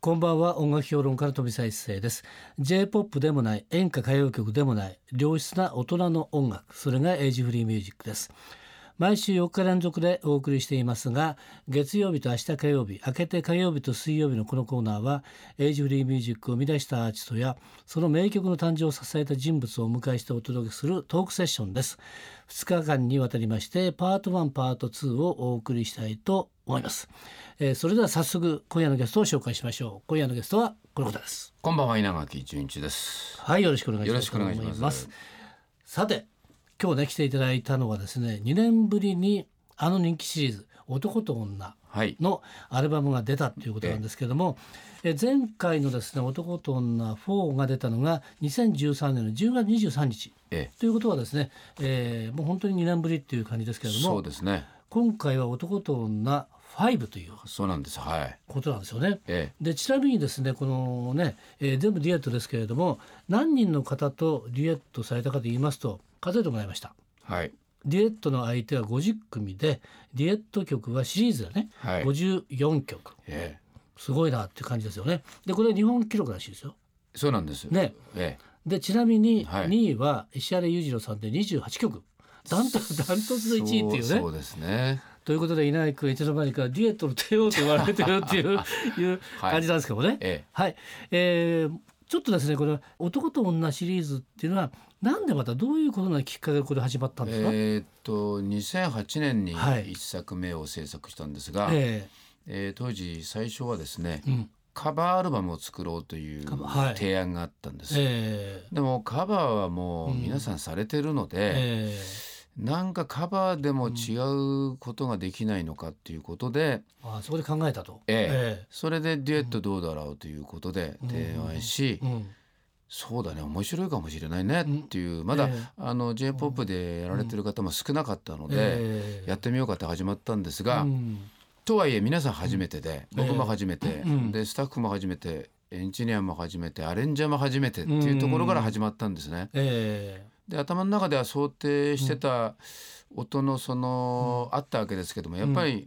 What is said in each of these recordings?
こんばんは音楽評論家の富澤一世です J-POP でもない演歌歌謡曲でもない良質な大人の音楽それがエイジフリーミュージックです毎週4日連続でお送りしていますが月曜日と明日火曜日明けて火曜日と水曜日のこのコーナーはエイジフリーミュージックを生み出したアーティストやその名曲の誕生を支えた人物をお迎えしてお届けするトークセッションです2日間にわたりましてパート1パート2をお送りしたいと思います、えーそれでは早速今夜のゲストを紹介しましょう今夜のゲストはこの方ですこんばんは稲垣純一です。はいよろしくお願いしよまろすしくお願いします。さて今日ね来ていただいたのはですね2年ぶりにあの人気シリーズ「男と女はい」。のアルバムが出たということなんですけども、え前回のですね「男と女4」が出たのが2013年の10月23日えということはですね、えーもう本当に2年ぶりっていう感じですけえ、れどそうもですね。今回は「男と女5」というそうなんです。はい。ことなんですよね。えでちなみにですねこのね、えー全部デュエットですけれども何人の方とデュエットされたかと言いますと数えてもらいましたえ、はい。デュエットの相手は50組でデュエット曲はシリーズだね、はい54曲ええ、すごいなって感じですよねでこれ日本記録らしいですよそうなんです。ねえでちなみにはい2位は石原裕次郎さんで28曲ダントツダントツのえ、 1位っていうそうねそうですね。ということで稲井君いつの間にかデュエットの帝王と言われてるっていういうはい感じなんですけどもね、えはい、えーちょっとですねこれは男と女シリーズっていうのはなんでまたどういうことなきっかけでこれ始まったんえ、ですか、ええーっと2008年にはい一作目を制作したんですが、えええ当時最初はですね、うんカバーアルバムを作ろうというカバーはい提案があったんです。えでもカバーはもう皆さんされてるので、ええなんかカバーでも違うことができないのかっていうことで、えあそこで考えたと。ええそれでデュエットどうだろうということでうん提案し、えうんそうだね面白いかもしれないねっていう、まだ、ええあの j p o p でやられてる方も少なかったので、ええやってみようかって始まったんですが、うんとはいえ皆さん初めてで、うん僕も初めて、うんでスタッフも初めてエンジニアも初めてアレンジャーも初めてっていうところから始まったんですね。えで頭の中では想定してた音のその、あったわけですけどもやっぱり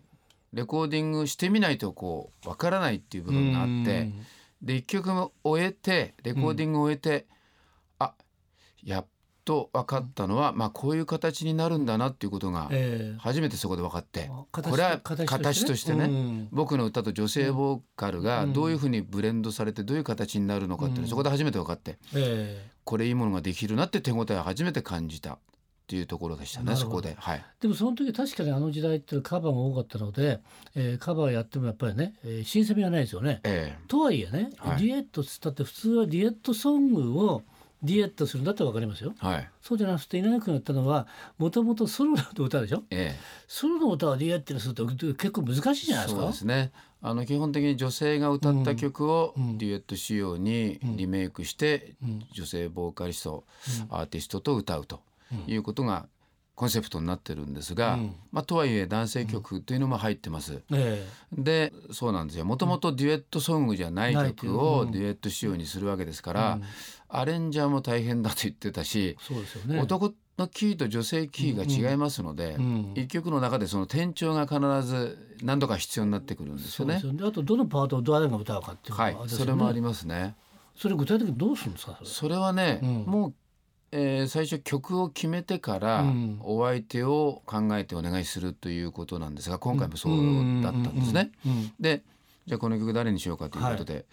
レコーディングしてみないとこうわからないっていうえ部分があって。うんで1曲も終えてレコーディングを終えて、あやっと分かったのは、まあ、こういう形になるんだなっていうことがえ初めてそこで分かって、えこれは形としてねうん僕の歌と女性ボーカルがうんどういうふうにブレンドされてどういう形になるのかっていうのうんそこで初めて分かってええこれいいものができるなって手応えを初めて感じたっていうところでしたなねるそほこどで。はい、でもその時確かにあの時代っていうのはカバーが多かったので、ええカバーやってもやっぱりね、ええ新鮮味はないですよね。えとはいえね、はいデュエットっつったって普通はデュエットソングをデュエットするんだってわかりますよえはいそうじゃなくて稲垣君がやったのはもともとソロの歌でしょええソロの歌をデュエットにすると結構難しいじゃないですそうかですねあの基本的に女性が歌った曲をうんデュエット仕様にリメイクしてうん女性ボーカリストアーティストと歌うということがコンセプトになってるんですが、うんまあ、とはいえ男性曲というのも入ってます。えでそうなんですよもともとデュエットソングじゃないないっていう曲をうんデュエット仕様にするわけですかえら、うんアレンジャーも大変だと言ってたし、そうですよね男のキーと女性キーが違いますので、うん一曲の中でその転調が必ず何度か必要になってくるんですそようでねす。よねあとどのパートを誰が歌うかっていうのはがいあ、ですそよねれもありますね。それ具体的にどうするんですかそそれはね、うんもう、えー最初曲を決めてからうんお相手を考えてお願いするということなんですが、今回もそうれだったんですね。うんうんうんで、じゃあこの曲誰にしようかということで、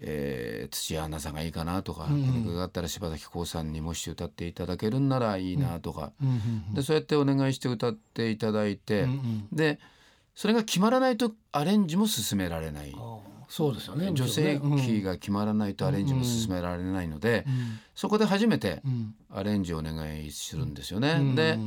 えー土屋アンナさんがいいかなとか、うんこの曲があったら柴咲コウさんにもし歌っていただけるんならいいなとか、うんうんうんでそうやってお願いして歌っていただいて、うんうんでそれが決まらないとアレンジも進められない。ああそうですよね女性キもちろんーねが決まらないとアレンジも進められないので、うんそこで初めてうんアレンジをお願いするんですよね。うんで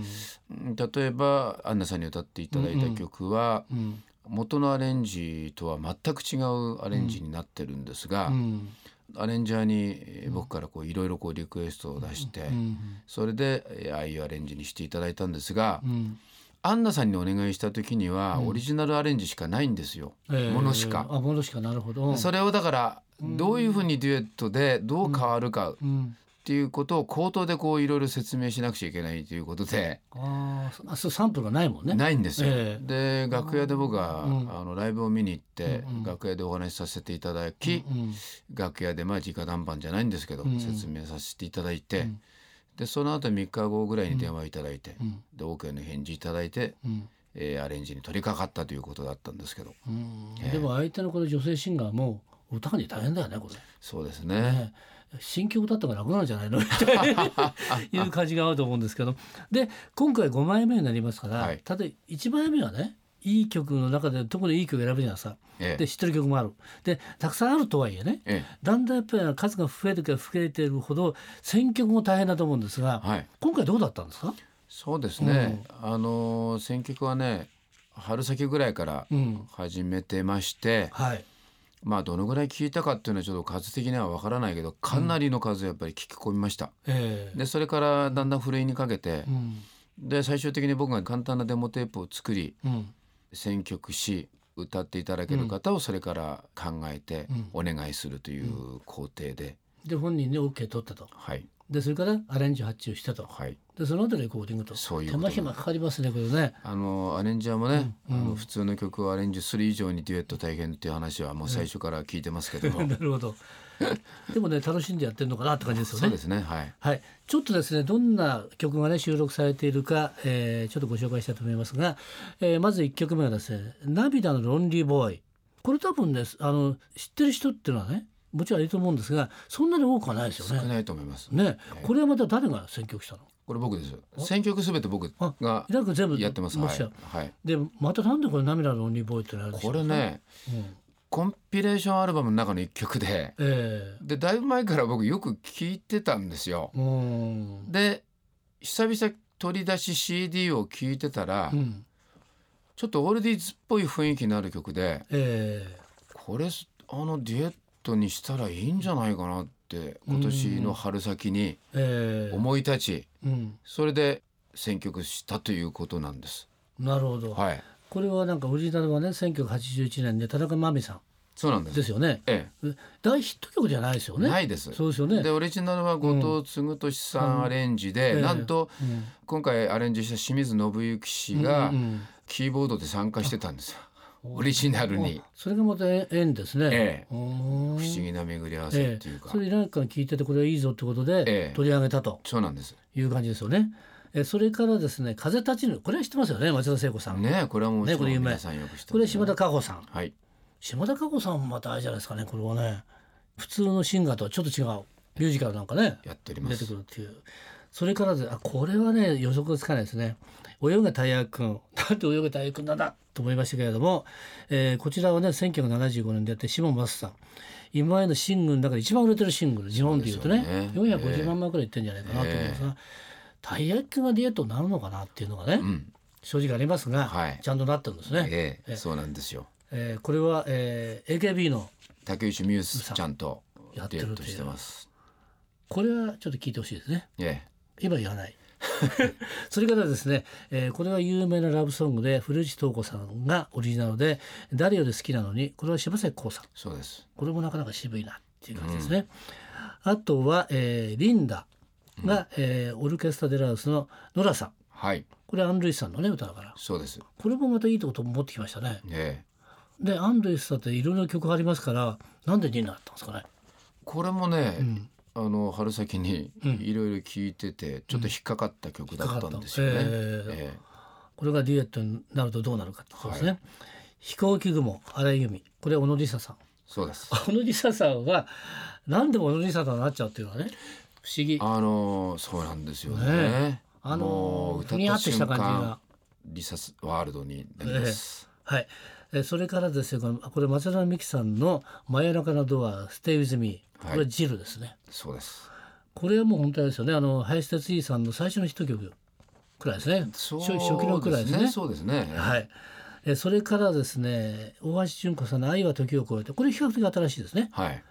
うん例えばアンナさんに歌っていただいた曲はうん元のアレンジとは全く違うアレンジになってるんですがう、んアレンジャーにえー僕からこういろいろこうリクエストを出して、うんそれでえーああいうアレンジにしていただいたんですが、うんアンナさんにお願いした時にはうんオリジナルアレンジしかないんですよ。ええものしかあものしかなるほどそれをだからどういうふうにデュエットでどう変わるかうんっていうことを口頭でこういろいろ説明しなくちゃいけないということであーそあそうサンプルがないもんね。ないんですよ。えで楽屋で僕が、うんあのライブを見に行って、うんうん楽屋でお話しさせていただうき、ん楽屋でまあ直談判じゃないんですけど、うん説明させていただいて、うんでその後3日後ぐらいに電話いただいて、うんで OK の返事いただいて、うんえーアレンジに取り掛かったということだったんですけどうんええでも相手のこの女性シンガーも歌に大変だよねこれ。そうですねね。新曲だったから楽なんじゃないのみたい ないう感じがあると思うんですけどで今回5枚目になりますから、はいただ1枚目はねいい曲の中で特にいい曲選ぶじゃないですかえでえ知ってる曲もあるでたくさんあるとはいえねえだんだんやっぱり数が増えるか増えてるほど選曲も大変だと思うんですが、えはい今回どうだったんですか、そうですね、あのー選曲はね春先ぐらいからうん始めてまして、はいまあどのぐらい聴いたかっていうのはちょっと数的にはわからないけどかなりの数やっぱり聞き込みました、ええでそれからだんだんふるいにかけてう、んで最終的に僕が簡単なデモテープを作りうん選曲し歌っていただける方をそれから考えてうんお願いするという工程で、で本人に OK 取ったとはいでそれからアレンジ発注したとはいでその後レコーディングとそういう手こと間暇かかりますねこれね あのアレンジャーもね、うんうんあの普通の曲をアレンジする以上にデュエット大変っていう話はもう最初から聞いてますけども、なるほど。でもね楽しんでやってるのかなって感じですよそうねで。すねはいはい、ちょっとですねどんな曲がね収録されているか、えーちょっとご紹介したいと思いますが、えーまず1曲目はですね「涙のロンリーボーイ」これ多分ねあの知ってる人っていうのはねもちろんいると思うんですがそんなに多くはないです少よね。ないと思います、ねこれはまた誰が選曲したのこれ僕です選曲すべて僕が平君全部やってます持はちいちゃう、はいでまたなんでこれ「涙のロンリーボーイ」ってなるんですこれ、ねうんコンピレーションアルバムの中の一曲でえでだいぶ前から僕よく聞いてたんですよえうんで久々取り出し CD を聞いてたら、うんちょっとオールディーズっぽい雰囲気のある曲でええこれあのデュエットにしたらいいんじゃないかなって今年の春先にええ思い立ちうんそれで選曲したということなんです。なるほど、はい、これはなんかオリジナルはね1981年で田中真美さそうなんでんす。ですよねえ大ヒット曲じゃないですよえ、ねないです。そうですよねでオリジナルは後藤嗣俊さうんんアレンジで、ええなんとうん今回アレンジした清水信之氏がうんうんキーボードで参加してたんですよ、うんオリジナルにあ、それがまた縁ですね、ええうーん不思議な巡り合わせっえていうえか、それなんか聞いててこれはいいぞってことでええ取り上げたとそうなんですいう感じですよね、えそれからですね風立ちぬこれは知ってますよね松田聖子さん、ねえこれはもうねこれ有名皆さんよく知ってこるれは島田加穂さんはい島田加穂さんもまたあれじゃないですかねこれはね普通のシンガーとはちょっと違うミュージカルなんかねやっておりま出てすくるっていうそれからであこれはね予測つかないですね泳げたいやくんなんて泳げたいやくんなんだと思いましたけれども、えーこちらはね1975年でやってシモン・マスさん今へのシングルの中で一番売れてるシングル日本でいうとねそうですよね450万枚くらいいってんじゃないかなと思いますが、たいやくんがデュエットになるのかなっていうのがね、うん正直ありますが、はいちゃんとなってるんですね、ええそうなんですよえーこれは、えー AKB の竹内ミュースちゃんとデやってるュエッとトいうしてますこれはちょっと聞いてほしいですねえ今言わない それからですね、えーこれは有名なラブソングで古内東子さんがオリジナルで「ダリオで好きなのに」これは柴咲コウさんえそうですこれもなかなか渋いなっていう感じですね、あとは、えーリンダが、えーオルケストラ・デ・ラウスのノラさんはいこれアン・ルイスさんのね歌だからそうですこれもまたいいとこと持ってきましたねええでアン・ルイスさんっていろいろ曲ありますからなんでリンダだったんですかねこれもね、んあの春先にいろいろ聞いてて、ちょっと引っかかった曲だったんですよね。うん引っかかったえこれがデュエットになるとどうなるかってことですね、飛行機雲荒井由実これは小野梨沙さん そうです。小野梨沙さんは何でも小野梨沙さんになっちゃうっていうのはね不思議あのそうなんですよね。ねあものうーふ歌っにゃたってした感瞬じが間リサスワールドになります。はいえーそれからですよこのこれ松田美樹さんの「真夜中のドア Stay with me」はいこれはジルですね、そうです。これはもう本当ですよねあの林哲司さんの最初のヒット曲くらいですねそ初う初期のくらいですねそうですね。はいえーそれからですね大橋純子さんの「愛は時を超えて」これ比較的新しいですねはい。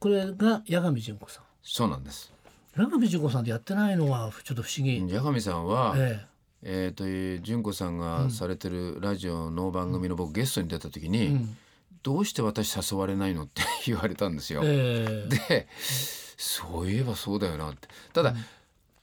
これが八神純子さんそうなんです。八神純子さんってやってないのがちょっと不思議、八神さんは、ええーという純子さんがされてるラジオの番組の僕ゲストに出た時に、えうん どうして私誘われないのって言われたんですよ。ええでそういえばそうだよなってただ、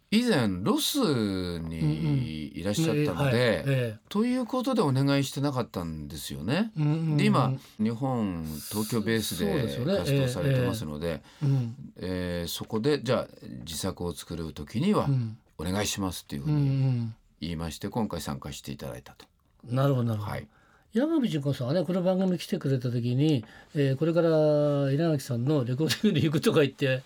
以前ロスにいらっしゃったので、ええということでお願いしてなかったんですよね。うんうんうんで今日本東京ベースそうですよでね活動されてますのでうんえーそこでじゃあ自作を作る時にはうんお願いしますっていうふううんうにん言いまして今回参加していただいたと。なるほどなるほど、はい、山口純子さんはねこの番組来てくれた時に、えーこれから稲垣さんのレコーディングに行くとか言って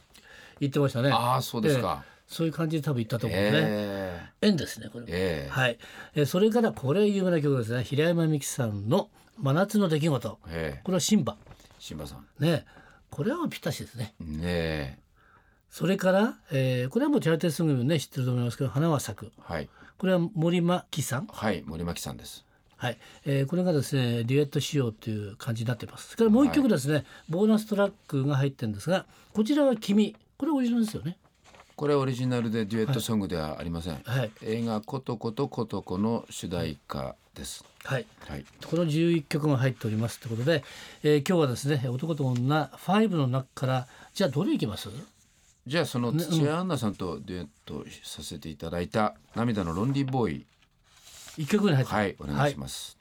言ってましたねああそうですか。そういう感じで多分行ったと思うんですね、え縁ですねこれー、えーはい、えーそれからこれ有名な曲ですね平山みきさんの「真夏の出来事」こえー、れはシンバ新馬さんねこれはぴったしですねねえそれから、えーこれはもうチャーテーソングもね知ってると思いますけど「花は咲くはい」これは森牧さんはい森牧さんです。はい、えーこれがですねデュエット仕様という感じになってますそれからもう一曲ですね、ボーナストラックが入ってるんですがこちらは「君」これオリジナルですよねこれはオリジナルでデュエットソングではありません。はい映画コトコトコトコの主題歌です。はいはい。この11曲が入っておりますということで、えー今日はですね男と女5の中からじゃあどれいきますじゃあその土屋アンナさんとデュエットさせていただいた涙のロンリーボーイ、一曲に入ってるはい、お願いします。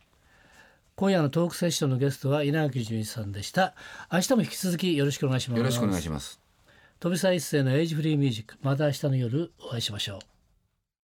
今夜のトークセッションのゲストは稲垣純一さんでした明日も引き続きよろしくお願いしますよろしくお願いします。飛び一世のエイジフリーミュージックまた明日の夜お会いしましょう